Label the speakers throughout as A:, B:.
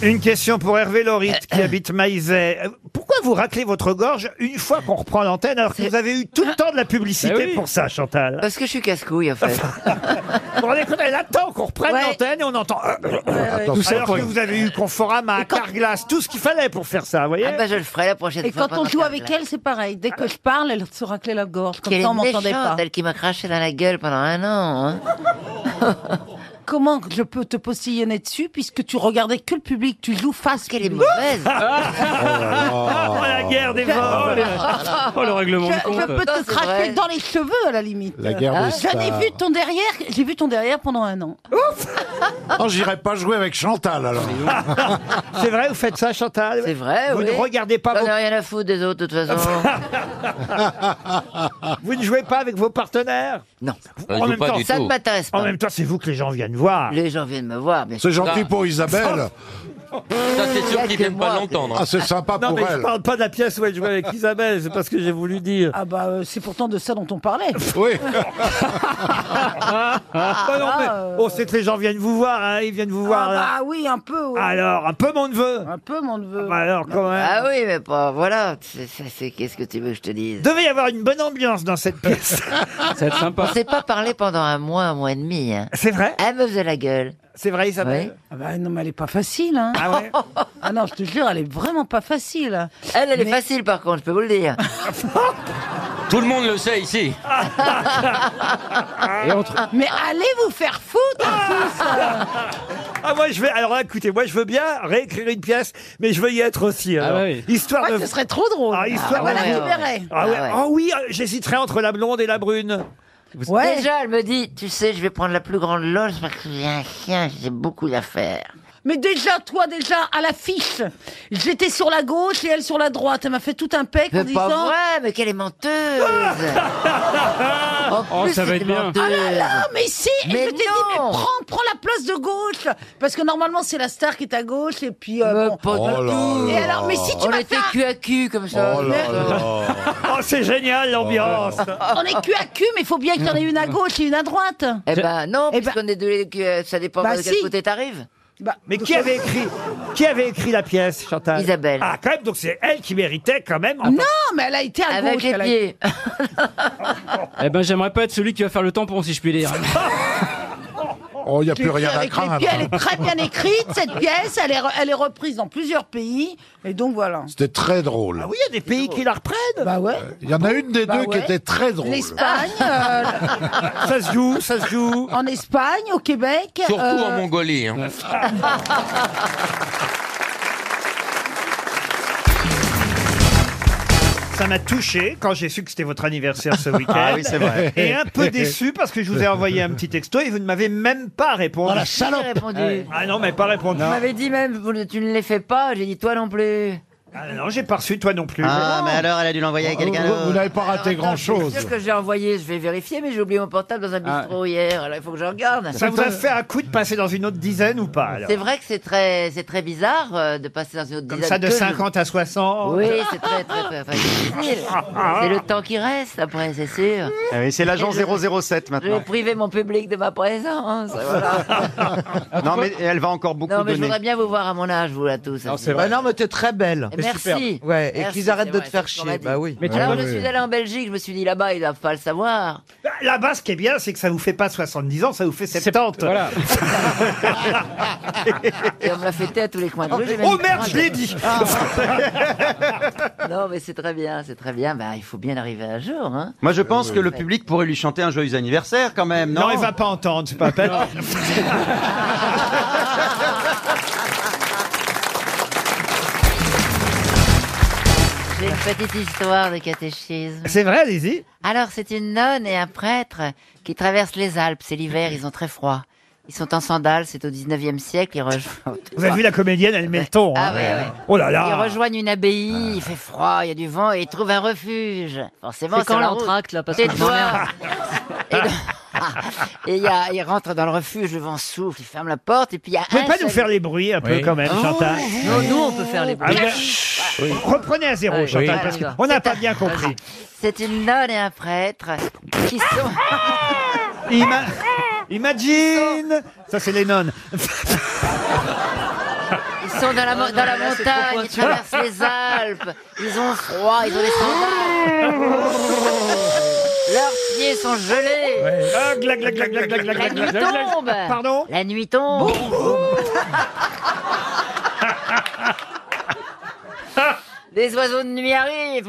A: Une question pour Hervé Laurite qui habite Maizet. Euh, Pourquoi vous raclez votre gorge une fois qu'on reprend l'antenne alors que vous avez eu tout le temps de la publicité
B: Ben oui.
A: pour ça, Chantal
C: Parce que je suis casse-couille, en fait.
A: Vous vous rendez compte, elle attend qu'on reprenne
C: Ouais.
A: l'antenne et on entend tout ça alors que vous avez eu Conforama, Carglass, tout ce qu'il fallait pour faire ça, vous voyez
C: ah bah, je le ferai la prochaine
D: Et
C: fois.
D: quand on joue avec elle, c'est pareil. Dès que je parle, elle se raclait la gorge. Comme
C: Quelle
D: ça, on m'entendait pas.
C: elle qui m'a craché dans la gueule pendant un an. hein.
D: Comment je peux te postillonner dessus puisque tu regardais que le public, tu joues face
C: Qu'elle est
D: public.
C: mauvaise.
A: Ah, Oh, la guerre des vents
B: Oh, le règlement
D: Je,
B: de compte.
D: je peux
C: Non,
D: te
C: c'est
D: cracher
C: vrai.
D: dans les cheveux à la limite.
E: La guerre
C: Ah,
E: des
D: J'en ai
E: stars.
D: vu ton derrière, j'ai vu ton derrière pendant un an.
E: Oh, j'irai pas jouer avec Chantal alors.
A: Ah. C'est vrai, vous faites ça, Chantal
C: C'est vrai,
A: Vous
C: oui.
A: ne regardez pas,
C: J'en ai
A: vos-
C: rien à foutre des autres, de toute façon.
A: vous ne jouez pas avec vos partenaires
C: non,
F: Bah, je joue pas
A: temps,
F: du
C: ça ne
F: tout.
C: m'intéresse
A: en
C: pas.
A: même temps, c'est vous que les gens viennent voir.
C: Les gens viennent me voir, bien sûr.
E: C'est gentil
A: Ah.
E: pour Isabelle.
F: Ça, c'est
C: Il y a
F: sûr qu'ils
C: que
F: viennent
C: moi.
F: pas l'entendre. hein.
E: Ah, c'est sympa
A: Non,
E: pour
A: mais je
E: elle.
A: parle pas de la pièce où elle jouait avec Isabelle, c'est pas ce que j'ai voulu dire.
D: Ah bah euh, c'est pourtant de ça dont on parlait.
E: Oui.
A: Ah, non, mais
D: euh.
A: on sait que les gens viennent vous voir, hein, ils viennent vous voir. là.
D: Ah bah Ah. oui, un peu. ouais.
A: Alors, un peu mon neveu
D: Un peu mon neveu.
A: Bah Alors, quand même.
C: Ah oui, mais pas. Voilà. C'est- c'est- c'est- Qu'est-ce que tu veux que je te dise
A: Devait y avoir une bonne ambiance dans cette pièce.
B: Ça va être
C: On
B: sympa.
C: s'est pas parlé pendant un mois, un mois et demi. hein.
A: c'est vrai
C: Elle me faisait la gueule.
A: C'est vrai, Isabelle
C: Oui.
D: Ah bah non mais elle est pas facile. Hein.
A: Ah ouais
D: Ah non, je te jure, elle est vraiment pas facile.
C: Elle, elle est
D: Mais-
C: facile, par contre, je peux vous le dire.
F: Ah, Tout le monde le sait ici.
B: Et entre-
C: Ah.
D: Mais allez vous faire foutre tous
A: Ah, moi, je vais. Alors, là, écoutez, moi, je veux bien réécrire une pièce, mais je veux y être aussi. alors.
B: Ah ouais.
A: Histoire
D: Ouais,
A: de.
D: ce serait trop drôle.
A: Ah, histoire
C: Ah ouais,
A: de-
D: voilà,
C: ouais,
D: je
C: ouais.
D: verrai.
A: Ah ouais.
C: Ah ouais.
A: Oh oui, euh, j'hésiterais entre la blonde et la brune.
D: Ouais.
C: Déjà, elle me dit Tu sais, je vais prendre la plus grande loge parce que j'ai un chien, j'ai beaucoup d'affaires.
D: Mais déjà, toi, déjà, à l'affiche, j'étais sur la gauche et elle sur la droite. Elle m'a fait tout un pec en
C: Mais pas
D: disant...
C: vrai, mais qu'elle est menteuse En
B: Oh,
C: plus,
B: ça va
C: c'est
B: être
C: une
B: bien.
C: menteuse.
D: Ah là là, mais si Et
C: Mais
D: je t'ai dit,
C: non
D: mais prends, prends la place de gauche Parce que normalement, c'est la star qui est à gauche, et puis... euh,
C: Mais
D: bon.
C: pas
E: Oh
C: du
E: là
C: tout.
E: là.
D: Et alors, mais si tu
C: On
D: m'as
C: était
D: fait... un-
C: cul à cul comme
A: Ah,
C: ça.
E: Oh là là.
A: Oh, c'est génial l'ambiance.
D: On est cul à cul, mais il faut bien qu'il y en ait une à
C: Mm.
D: gauche et une à droite
C: Eh ben non,
D: Eh ben-
C: puisqu'on est deux, que ça dépend
D: Bah
C: de quel
D: si.
C: côté t'arrives.
D: Bah,
A: Mais qui avait écrit Qui avait écrit la pièce, Chantal
C: Isabelle.
A: Ah, quand même, donc c'est elle qui méritait quand même. en
D: Ah Non, mais elle a été à
C: Avec
D: gauche.
C: les
D: elle a-
C: pieds.
B: Eh ben, j'aimerais pas être celui qui va faire le tampon, si je puis dire.
E: Oh, il n'y a plus rien à
D: Avec les
E: craindre.
D: pieds, elle est très bien écrite, cette pièce. Elle est, re- elle est reprise dans plusieurs pays. Et donc, voilà.
E: C'était très drôle.
A: Ah oui, il y a des pays qui la reprennent.
D: Bah ouais.
E: Il y en a une des
D: Bah
E: deux qui
D: ouais.
E: était très drôle.
D: L'Espagne, euh,
A: Ça se joue, ça se joue.
D: en Espagne, au Québec.
F: Surtout
D: euh,
F: en Mongolie. hein.
A: Ça m'a touché quand j'ai su que c'était votre anniversaire ce week-end.
G: Ah oui, c'est vrai.
A: Et un peu déçu parce que je vous ai envoyé un petit texto et vous ne m'avez même pas répondu.
C: J'ai répondu.
A: Ah non, mais pas répondu.
C: Tu m'avais dit même, vous ne- tu ne les fais pas, j'ai dit toi non plus.
A: Ah non, j'ai pas reçu toi non plus.
G: Ah, mais alors, elle a dû l'envoyer à
E: Vous,
G: quelqu'un
E: vous- vous
G: d'autre.
E: n'avez
H: Ah,
E: pas raté
C: Alors, attends,
E: grand-chose.
C: C'est sûr que j'ai envoyé, je vais vérifier, mais j'ai oublié mon portable dans un bistrot hier, alors il faut que je regarde.
A: Ça vous a fait un coup de passer dans une autre dizaine ou pas alors
C: C'est vrai que c'est très, c'est très bizarre euh, de passer dans une autre
A: Comme
C: dizaine
A: ça, de
C: que-
A: 50 à 60.
C: Oui, c'est très, très, très, très difficile. C'est le temps qui reste après, c'est sûr.
G: Ah oui, c'est l'agent
C: Et je-
G: 007
C: Je vais
G: maintenant.
C: priver mon public de ma présence. Voilà.
A: Ah,
G: Non, mais elle va encore beaucoup
C: Non, mais je
G: donner.
C: voudrais bien vous voir à mon âge, vous là tous.
I: Bah non, mais t'es très belle.
C: Et Merci.
I: Ouais, et
C: Eh Merci,
I: qu'ils arrêtent
C: c'est
I: de
C: vrai,
I: te faire
C: c'est ce qu'on
I: chier.
C: m'a dit.
I: Bah oui.
B: Mais tu
E: Ouais,
C: Alors,
B: vois,
E: ouais.
C: je suis allé en Belgique, je me suis dit là-bas, ils doivent pas le savoir.
A: Bah, Là-bas, ce qui est bien, c'est que ça vous fait pas 70 ans, ça vous fait 70.
B: voilà.
C: Et on me l'a fêté à tous les coins de rue. j'ai même
A: Oh
C: eu
A: merde,
C: le
A: je l'ai dit
C: droit de- Non, mais c'est très bien, c'est très bien. Bah, il faut bien arriver un jour. Hein.
G: Moi, je pense que le public pourrait lui chanter un joyeux anniversaire quand même, non
A: Non, il va pas entendre, c'est pas la peine.
C: J'ai une petite histoire de catéchisme.
A: C'est vrai, allez-y.
C: Alors, c'est une nonne et un prêtre qui traversent les Alpes. C'est l'hiver, ils ont très froid. Ils sont en sandales, c'est au 19e siècle. Ils, rejoignent-
A: Vous avez vu la comédienne, elle met le ton.
C: Ah
A: hein.
C: ouais, ouais.
A: Oh là Ah.
C: ils
A: là
C: rejoignent une abbaye, il fait froid, il y a du vent et ils trouvent un refuge. Forcément,
J: C'est quand
C: sur la
J: l'entracte, là, parce que je
C: Tais-toi Et le- Et il y a- il rentre dans le refuge, le vent souffle, il ferme la porte, et puis il Ah, y a
A: Vous
C: un
A: pouvez pas
C: seul-
A: nous faire les bruits un peu quand même, Chantal
J: Non, nous, on peut faire les
A: Ah,
J: bruits.
A: mais- Reprenez à zéro,
J: Oui.
A: Chantal,
C: Ah, Oui.
A: parce qu'on n'a pas bien compris.
C: C'est une nonne et un prêtre qui sont...
A: Ima- Imagine Ça, c'est les nonnes.
C: Ils sont sont dans la, mo- dans la
J: Ah,
C: montagne, ils traversent les Alpes, ils ont froid, ils ont des sandales. Leurs pieds sont gelés.
A: Ah, glac, glac, glac, glac, glac, glac,
C: La
A: glac,
C: nuit
A: glac, glac.
C: tombe.
A: Pardon
C: La nuit tombe. Des oiseaux de nuit arrivent.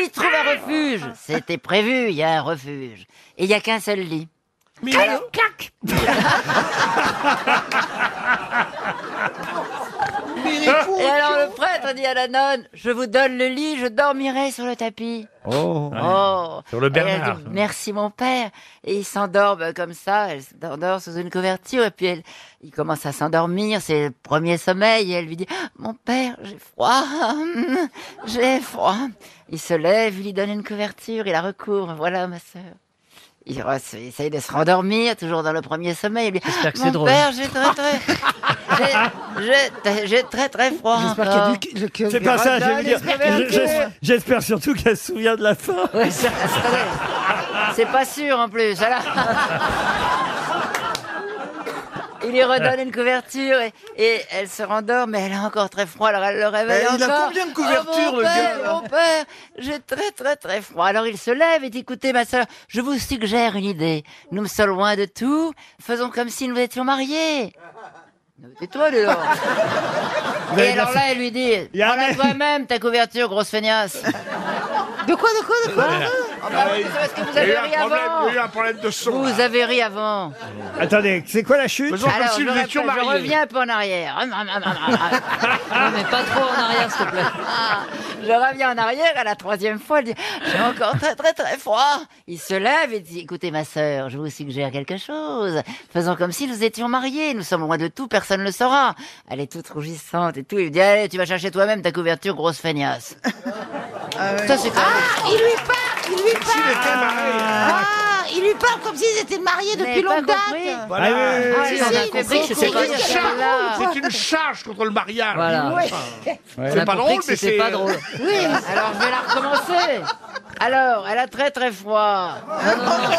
C: Ils trouvent un refuge. C'était prévu, il y a un refuge. Et il n'y a qu'un seul lit.
A: Mais alors-
C: Et alors le prêtre dit à la nonne, je vous donne le lit, je dormirai sur le tapis.
A: Oh.
C: Oh.
A: Sur le
C: Et elle dit,
A: Bernard.
C: Merci mon père. Et il s'endort ben, comme ça, elle s'endort sous une couverture et puis elle, il commence à s'endormir, c'est le premier sommeil et elle lui dit "Mon père, j'ai froid. J'ai froid." Il se lève, il lui donne une couverture, il la recouvre. Voilà ma sœur. Il, re- il essaye de se rendormir, toujours dans le premier sommeil. Il lui dit,
B: que c'est
C: Mon
B: drôle.
C: père, j'ai très très, j'ai- j'ai- j'ai très très froid. encore.
A: C'est pas ça, je vais vous dire.
C: Donne une
A: Je- j'es- J'espère surtout qu'elle se souvient de la fin.
C: C'est pas sûr en plus. alors. Il lui redonne une couverture et, et elle se rendort, mais elle a encore très froid, alors elle le réveille
G: Eh, il a
C: encore.
G: combien de couvertures,
C: Oh, mon
G: le
C: père,
G: gars, là
C: Mon père, j'ai très très très froid. Alors il se lève et dit, écoutez ma soeur, je vous suggère une idée. Nous sommes loin de tout, faisons comme si nous étions mariés. Tais-toi, dis donc. Et alors là, elle lui dit,
A: Il y a
C: prends-la
A: un-
C: toi-même ta couverture, grosse feignasse. Ah De quoi, de quoi, de quoi Parce que vous avez ri avant.
E: un problème de son.
C: Vous avez ri avant.
A: Attendez, c'est quoi la chute
E: Faisons comme
C: Alors,
E: si
C: je,
E: nous
C: répète,
E: étions
C: je
E: mariés.
C: reviens un peu en arrière. Hum, hum, hum, hum, hum.
I: mais pas trop en arrière, s'il te plaît.
C: Ah, je reviens en arrière à la troisième fois. Elle dit J'ai encore très, très, très froid. Il se lève et dit Écoutez, ma sœur, je vous suggère quelque chose. Faisons comme si nous étions mariés. Nous sommes loin de tout, personne ne le saura. Elle est toute rougissante et tout. Il lui dit Allez, tu vas chercher toi-même ta couverture, grosse feignasse. Ça, c'est quand même-
J: Ah, il lui parle, il lui parle. Ah, il lui parle comme s'ils étaient mariés
C: Vous
J: depuis
C: n'avez pas
J: longue date.
C: compris
A: Ah oui, oui, oui.
C: Ah,
J: Si,
C: on a
J: si,
C: compris
J: c'est-
C: que
J: c'est
C: c'était
J: pas
C: pas
J: une
C: ça.
J: charge.
C: Là.
E: C'est une charge contre le mariage.
I: Voilà.
B: C'est
I: On a compris
E: pas drôle,
I: que
E: mais
I: c'était
E: c'est-
I: pas drôle.
J: Oui.
C: Alors, je vais la recommencer. Alors, elle a très très froid.
J: Ah,
C: Elle a Ah, bah,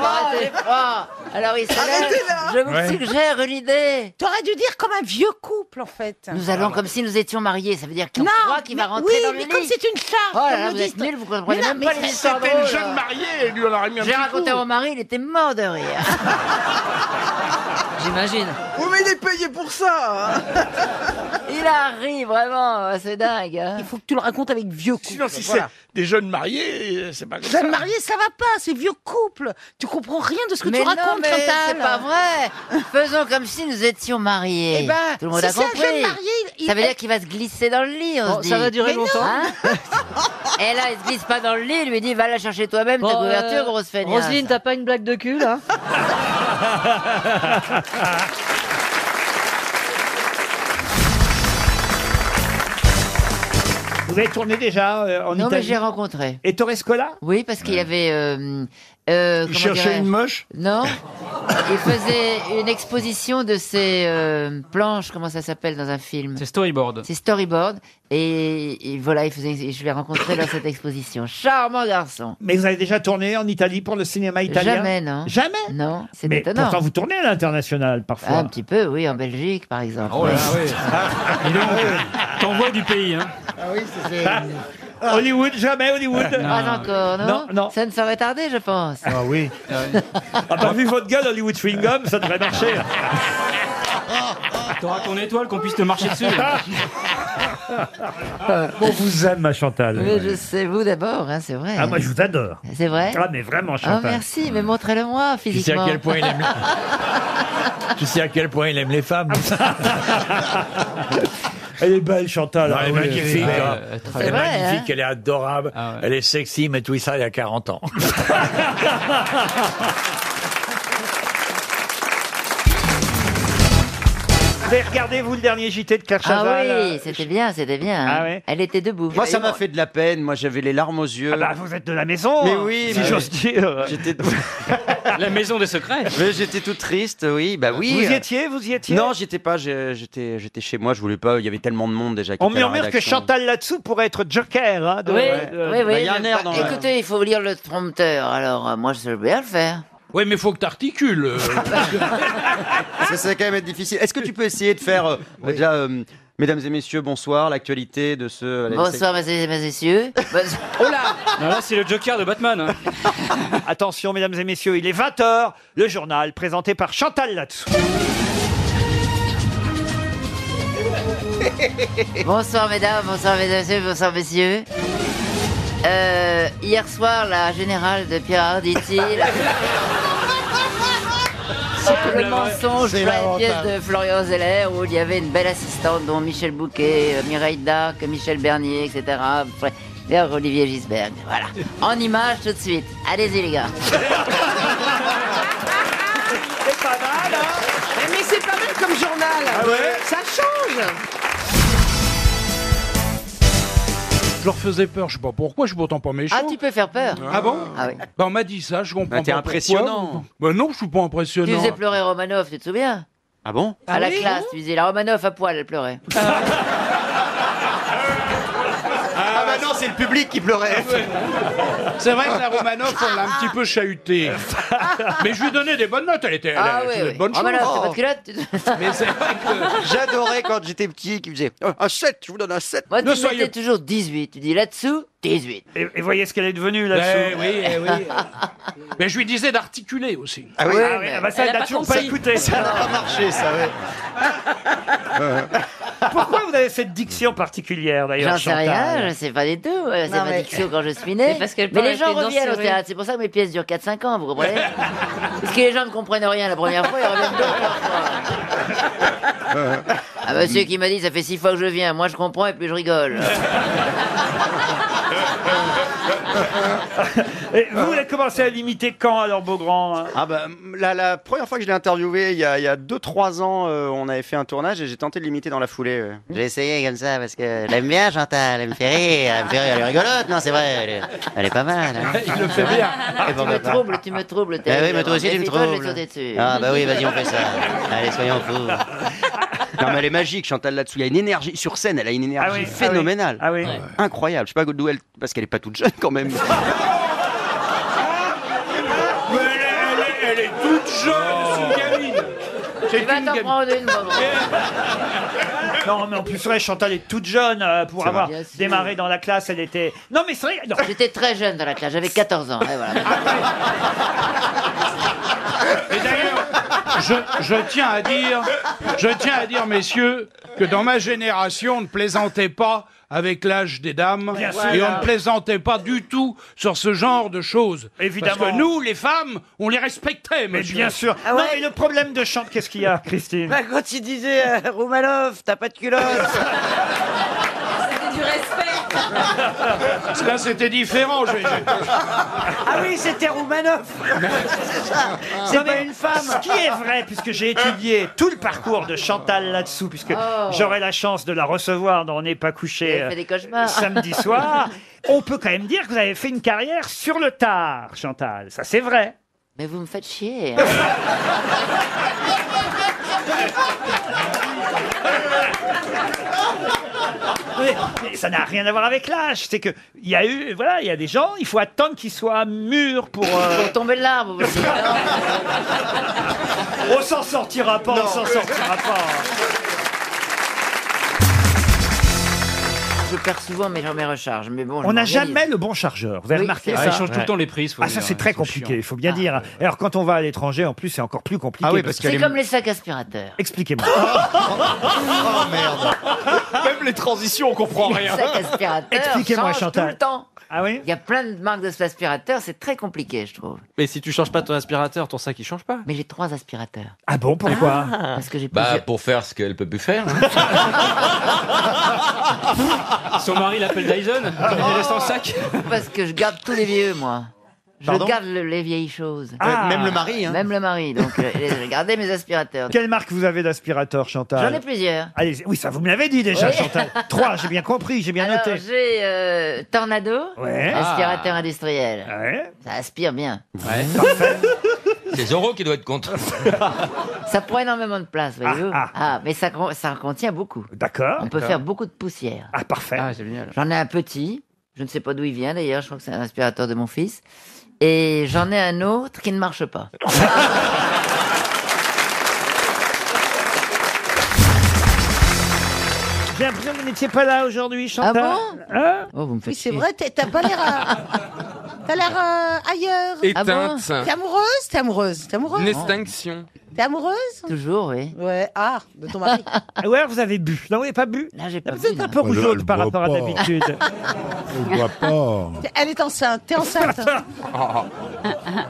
C: pas très froid. Alors, il se lève. Je vous suggère une idée.
J: T'aurais dû dire comme un vieux couple, en fait.
C: Nous allons comme si nous étions mariés. Ça veut dire qu'il y en a trois qui va
J: mais-
C: rentrer
J: oui,
C: dans le
J: mais
C: lit.
J: comme c'est une charge.
C: Oh là
J: comme
C: là,
J: le
C: vous êtes
J: disent-
C: nuls, vous comprenez
J: Mais non,
C: même pas
J: mais
C: les
J: si
C: histoires
E: C'était le
C: drôles.
E: jeune marié, lui on aurait mis un
C: J'ai
E: petit
C: raconté à mon mari, il était mort de rire.
I: J'imagine.
J: hein.
C: Il a ri, vraiment, c'est dingue. hein.
D: Il faut que tu le racontes avec vieux couple.
E: Sinon, si c'est
D: voilà.
E: des jeunes mariés, euh, c'est pas comme ça.
D: Jeune marié, ça va pas, c'est vieux couple. Tu comprends rien de ce que
C: mais
D: tu
C: non,
D: racontes,
C: mais
D: Chantal.
C: c'est pas vrai. Faisons comme si nous étions mariés.
J: Eh ben,
C: Tout le monde
J: si
C: a
J: c'est un
C: compris.
J: jeune marié, il-
C: Ça veut
J: il-
C: dire qu'il va se glisser dans le lit, on
I: Bon,
C: se dit.
I: ça va durer longtemps.
C: Hein Et là, il se glisse pas dans le lit, il lui dit va la chercher toi-même, ta
I: Bon, euh,
C: couverture, grosse feignasse.
I: Roselyne, t'as pas une blague de cul, là
A: Vous avez tourné déjà euh, en
C: Non, mais
A: Italie
C: j'ai rencontré.
A: Et Torrescola
C: Oui, parce qu'il y avait. euh, euh, comment dirais-je
E: moche
C: Non. Il faisait une exposition de ses euh, planches, comment ça s'appelle dans un film
B: C'est storyboard.
C: C'est storyboard. Et, et voilà, il faisait, je l'ai rencontré dans cette exposition. Charmant garçon.
A: Mais vous avez déjà tourné en Italie pour le cinéma italien
C: Jamais, non.
A: Jamais
C: Non, c'est
A: Mais
C: étonnant.
A: pourtant, vous tournez à l'international parfois.
C: Ah, un petit peu, oui, en Belgique, par exemple.
B: Oh là là, oui. Dis donc, t'envoies du pays, hein.
A: Hollywood, jamais Hollywood.
C: Pas encore, non
A: Non, non.
C: Ça ne saurait tarder, je pense.
A: Ah oui. Ah bah, vu votre gueule, Hollywood Chewing Gum, ça devrait marcher.
B: T'auras ton étoile qu'on puisse te marcher dessus.
A: On vous aime, ma Chantal.
C: Mais je sais, vous d'abord, hein, c'est vrai.
A: Ah, moi, je vous adore.
C: C'est vrai
A: Ah, mais vraiment,
C: Oh,
A: Chantal.
C: merci, mais montrez-le-moi
K: Tu sais
C: physiquement.
K: à quel point il aime les- Tu sais à quel point il aime les femmes.
A: Elle est belle, Chantal.
K: Non,
A: Ah
K: elle est
A: oui.
K: magnifique.
B: euh,
K: hein. Elle
C: C'est
K: est
C: vrai,
K: magnifique,
C: hein
K: elle est adorable,
B: Ah ouais.
K: elle est sexy, mais tout ça il y a 40 ans.
A: Vous avez regardé, vous, le dernier JT de Claire
C: Ah
A: Chazal
C: oui,
A: euh,
C: c'était bien, c'était bien. hein.
A: Ah ouais
C: Elle était debout.
G: Moi, ça m'a fait de la peine. Moi, j'avais les larmes aux yeux.
A: Ah bah, vous êtes de la maison.
G: Mais
A: hein,
G: oui,
A: si
G: bah
A: j'ose dire.
G: J'étais
B: La maison des secrets.
G: Mais j'étais tout triste, oui. Bah oui. Euh,
A: Vous y étiez, vous y étiez.
G: Non, j'étais pas. j'ai- J'étais j'étais chez moi. Je voulais pas. Il y avait tellement de monde déjà. qui
A: On
G: était à la
A: murmure que
G: rédaction.
A: Chantal là-dessous pourrait être Joker. hein, de-
C: Oui,
A: de-
C: oui, oui.
G: Bah, il y a un air dans la-
C: Écoutez, il faut lire le prompteur, alors euh, moi je sais bien le faire.
E: Oui, mais faut que t'articules. euh.
G: Parce que ça va quand même être difficile. Est-ce que tu peux essayer de faire euh, déjà, euh, mesdames et messieurs, bonsoir, l'actualité de ce.
C: Bonsoir, mesdames et messieurs.
B: Oh là Là, c'est le Joker de Batman. hein.
A: Attention, mesdames et messieurs, il est 20h. Le journal présenté par Chantal Latsou.
C: Bonsoir mesdames, bonsoir mesdames, bonsoir messieurs. Euh, hier soir, la générale de Pierre Arditi, la- sur le mensonge sur la pièce de Florian Zeller où il y avait une belle assistante dont Michel Bouquet, euh, Mireille Darc, Michel Bernier, etc. Fr- D'ailleurs, Olivier Gisberg. Voilà. En image tout de suite. Allez-y les gars.
L: Eh,
J: Mais c'est pas mal comme journal. Ça change.
E: Je leur faisais peur, je sais pas pourquoi, je suis pourtant pas méchant.
C: Ah, tu peux faire peur.
E: Ah bon
C: Ah oui.
E: Bah on m'a dit ça, je comprends
G: Bah, t'es
E: pas
G: impressionnant.
E: pourquoi. Bah non, je suis pas impressionnant.
C: Tu faisais pleurer Romanov, tu te souviens
G: Ah bon
C: À la classe, tu disais la Romanov à poil, elle pleurait.
G: Ah bah non, c'est le public qui pleurait.
A: Ah
E: C'est vrai que la Romanoff, on l'a un petit peu chahutée. mais je lui donnais des bonnes notes, elle était, elle,
C: Ah
E: elle
C: oui,
E: faisait de
C: oui.
E: bonnes choses.
C: Romanov, t'as pas de culotte tu te-
E: Mais c'est vrai que...
G: J'adorais quand j'étais petit qui faisait oh, un 7, je vous donne un 7.
C: Moi,
E: Ne
C: tu
E: soyez-
C: mettais toujours 18. Tu dis là-dessous, 18.
A: Et, et voyez ce qu'elle est devenue là-dessous.
E: Eh oui, eh oui. mais je lui disais d'articuler aussi.
G: Ah oui,
A: Ah oui, ah bah ça,
I: Elle
A: elle
I: a
A: n'a
I: pas
A: toujours pas
I: compris.
A: écouté.
G: ça n'a pas marché, ça, ouais.
A: Pourquoi vous avez cette diction particulière d'ailleurs
C: J'en sais
A: Chantal
C: rien, je sais pas du tout. euh, C'est
J: Non,
C: ma
J: mais-
C: diction quand je suis né.
I: Mais parce qu'elle
C: mais
I: parle
C: les gens
I: avec les dents
C: reviennent au
I: serrées.
C: théâtre. C'est pour ça que mes pièces durent 4-5 ans, vous comprenez Parce que les gens ne comprennent rien la première fois, ils reviennent deux fois. Ah, monsieur qui m'a dit, ça fait 6 fois que je viens. Moi, je comprends et puis je rigole.
A: Et vous, vous avez commencé à l'imiter quand alors, Beaugrand hein
G: Ah bah, la, la première fois que je l'ai interviewé, il y a 2-3 ans, euh, on avait fait un tournage et j'ai tenté de l'imiter dans la foulée. ouais.
J: J'ai essayé comme ça parce que je l'aime bien, Chantal. Elle me fait rire. Elle me fait rire. Elle est rigolote. Non, c'est vrai. Elle est, elle est pas mal. hein.
E: Il le fait bien.
J: Et bon,
C: tu me
J: bah, bah.
C: troubles, tu me troubles.
J: Bah oui, mais toi aussi, tu me
C: Méfie-toi, je vais
J: troubles.
C: sauter dessus.
J: Ah, bah oui, vas-y, on fait ça. Allez, soyons fous.
G: Non mais elle est magique, Chantal là-dessous. Il y a une énergie sur scène, elle a une énergie
A: oui, ah oui.
G: phénoménale.
A: Ah oui.
G: Incroyable. Je sais pas d'où elle. Parce qu'elle est pas toute jeune quand même.
E: Mais elle, est- elle est- elle est toute jeune, c'est une gamine. C'est
C: Tu vas
E: une
C: t'en
E: gamine.
C: prendre une, maman.
A: Non, mais en plus, vrai, Chantal est toute jeune euh, pour avoir
C: Bien sûr. Ah,
A: démarré dans la classe. Elle était. Non, mais c'est vrai. non.
C: J'étais très jeune dans la classe, j'avais 14 ans. et voilà.
E: Et d'ailleurs, je, je tiens à dire, je tiens à dire, messieurs, que dans ma génération, on ne plaisantait pas avec l'âge des dames et
A: sûr.
E: on ne plaisantait pas du tout sur ce genre de choses.
A: Évidemment.
E: Parce que nous, les femmes, on les respectait,
A: Mais
E: monsieur.
A: bien sûr.
J: Ah
A: Non,
J: ouais.
A: mais le problème de Chantal, qu'est-ce qu'il y a, Christine
J: Bah, quand il disait euh, Roumanoff, t'as pas de culotte.
L: Ah
I: C'était du respect.
E: Là, c'était différent. je- je-
J: Ah oui, c'était Roumanoff. c'est ça. C'est
A: Non,
J: pas
A: mais
J: une femme.
A: Ce qui est vrai, puisque j'ai étudié tout le parcours de Chantal là-dessous, puisque
C: Oh.
A: j'aurai la chance de la recevoir dans On n'est pas couché
C: Elle fait
A: euh,
C: des cauchemars.
A: samedi soir, on peut quand même dire que vous avez fait une carrière sur le tard, Chantal. Ça, c'est vrai.
C: Mais vous me faites chier. hein.
A: Mais, mais ça n'a rien à voir avec l'âge. C'est que il y a eu, voilà, il y a des gens, il faut attendre qu'ils soient mûrs pour. euh,
C: Pour tomber de l'arbre, vous aussi.
A: on s'en sortira pas, on s'en sortira pas.
C: Je perds souvent mes, mes recharges, mais bon. je
A: On n'a
C: m'organise.
A: jamais le bon chargeur. Vous avez
C: Oui,
A: remarqué
C: c'est
A: ça
B: Ah, ils changent tout le temps les prises. faut
A: Ah, ça,
E: hein,
B: dire, hein,
A: c'est
B: ils
A: très
B: sont
A: compliqué,
B: chiants.
A: il faut bien dire. Alors, quand on va à l'étranger, en plus, c'est encore plus compliqué.
G: Ah oui, parce
A: que-
G: qu'elle
C: C'est
G: est.
C: comme les sacs aspirateurs.
A: Expliquez-moi.
I: Oh,
K: Même les transitions, on comprend
C: Les
K: Oh, rien.
C: sacs aspirateurs
A: Expliquez-moi,
C: changent
A: Chantal.
C: tout le temps.
A: Ah oui
C: Il y a plein de marques de aspirateurs, c'est très compliqué, je trouve.
K: Mais si tu changes pas ton aspirateur, ton sac il change pas.
C: Mais j'ai trois aspirateurs.
A: Ah bon, pourquoi
C: Parce que j'ai
F: Bah,
C: plusieurs...
F: pour faire ce qu'elle peut plus faire. hein.
B: Son mari l'appelle Dyson. Il reste en sac.
C: Parce que je garde tous les vieux, moi. Je
G: Pardon
C: garde le- les vieilles choses.
A: Ah.
G: Même le mari, hein.
C: Même le mari, donc euh, j'ai gardé mes aspirateurs.
A: Quelle marque vous avez d'aspirateur, Chantal
C: J'en ai plusieurs.
A: Allez, oui, ça vous me l'avez dit déjà,
C: Oui.
A: Chantal. Trois, j'ai bien compris, j'ai bien
C: Alors
A: noté.
C: j'ai euh, Tornado,
A: Ouais.
C: aspirateur
K: Ah.
C: industriel.
A: Ouais.
C: Ça aspire bien.
F: C'est Zorro qui doit être contre.
C: Ça prend énormément de place, voyez-vous.
A: Ah,
C: Ah, mais ça, con- ça en contient beaucoup.
A: D'accord.
C: On peut faire beaucoup de poussière.
A: Ah, parfait.
B: génial.
C: J'en ai un petit. Je ne sais pas d'où il vient d'ailleurs. Je crois que c'est un aspirateur de mon fils. Et j'en ai un autre qui ne marche pas.
A: J'ai l'impression que vous n'étiez pas là aujourd'hui, Chantal.
L: Ah bon
A: Hein
C: Oh,
L: Oui, c'est vrai, t'es- t'as pas l'air. à- T'as l'air euh, ailleurs.
M: Éteinte. Ah bon
L: T'es amoureuse T'es amoureuse T'es amoureuse
M: Une extinction.
L: T'es amoureuse
C: Toujours, oui.
L: Ouais, ah, de ton mari.
A: Ah ouais, vous avez bu. Non, vous n'avez pas bu
C: Là, j'ai pas
A: Ah, Vous êtes un peu rouge jaune par rapport à d'habitude.
L: ne boit
A: pas.
L: T'es- Elle est enceinte, t'es enceinte.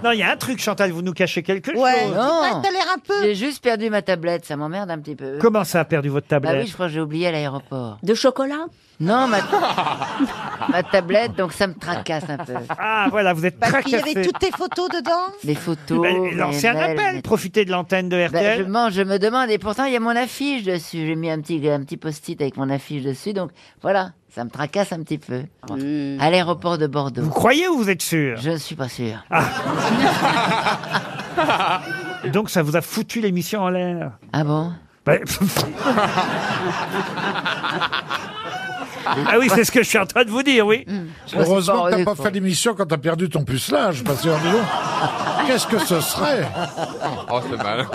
A: Non, il y a un truc, Chantal, vous nous cachez quelque chose.
C: Ouais, t'as l'air un peu. J'ai juste perdu ma tablette, ça m'emmerde un petit peu.
A: Comment ça a perdu votre
C: Bah
A: tablette
C: oui, je crois que j'ai oublié à l'aéroport.
N: De chocolat
C: Non, ma... ma tablette, donc ça me tracasse un peu.
A: Ah, voilà, vous êtes
L: Parce
A: très
L: qu'il y avait toutes tes photos dedans.
C: Les photos.
A: Mais lancez un appel, profitez de l'antenne de RTL.
C: Ben, Bah, je, mange, je me demande, et pourtant il y a mon affiche dessus. J'ai mis un petit, un petit post-it avec mon affiche dessus, donc voilà, ça me tracasse un petit peu. À l'aéroport de Bordeaux. Vous
A: croyez ou vous êtes sûr
C: Je ne suis pas sûr.
A: Donc ça vous a foutu l'émission en l'air.
C: Ah bon
A: Bah, Ah oui, c'est ce que je suis en train de vous dire, oui.
H: Heureusement que t'as pas fait l'émission quand t'as perdu ton pucelage, parce que dis donc, qu'est-ce que ce serait
M: Oh, c'est mal.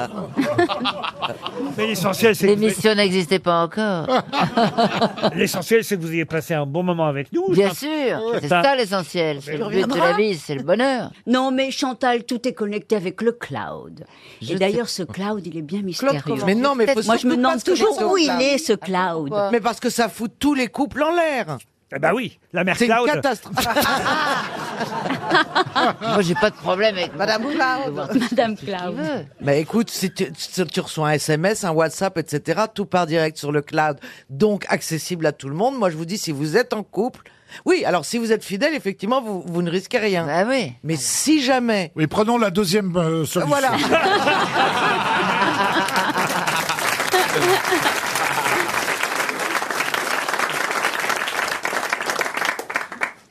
A: Mais l'essentiel, c'est que vous
C: L'émission n'existait pas encore.
A: ayez- l'essentiel, c'est que vous ayez passé un bon moment avec nous.
C: Bien sûr, c'est ça l'essentiel. C'est le but de la vie, c'est le bonheur.
N: Non, mais Chantal, tout est connecté avec le cloud.
C: Je
N: et
C: sais-
N: d'ailleurs, ce cloud, il est bien mystérieux.
O: comment Mais non, mais faut
N: moi, je me
O: surtout pas
N: demande
O: se connecter
N: toujours
O: au
N: où il
O: cloud.
N: est ce cloud.
O: Mais parce que ça fout tous les couples en l'air.
A: Eh ben oui, la mère
O: C'est une
A: Cloud.
O: catastrophe.
C: Moi, j'ai pas de problème avec
L: Madame Cloud.
N: Madame Cloud.
O: Bah écoute, si tu, si tu reçois un SMS, un WhatsApp, etc., tout part direct sur le cloud, donc accessible à tout le monde. Moi, je vous dis, si vous êtes en couple, oui, alors si vous êtes fidèle, effectivement, vous, vous ne risquez rien.
C: Ah oui.
O: Mais si jamais...
H: Oui, prenons la deuxième euh, solution.
O: Voilà.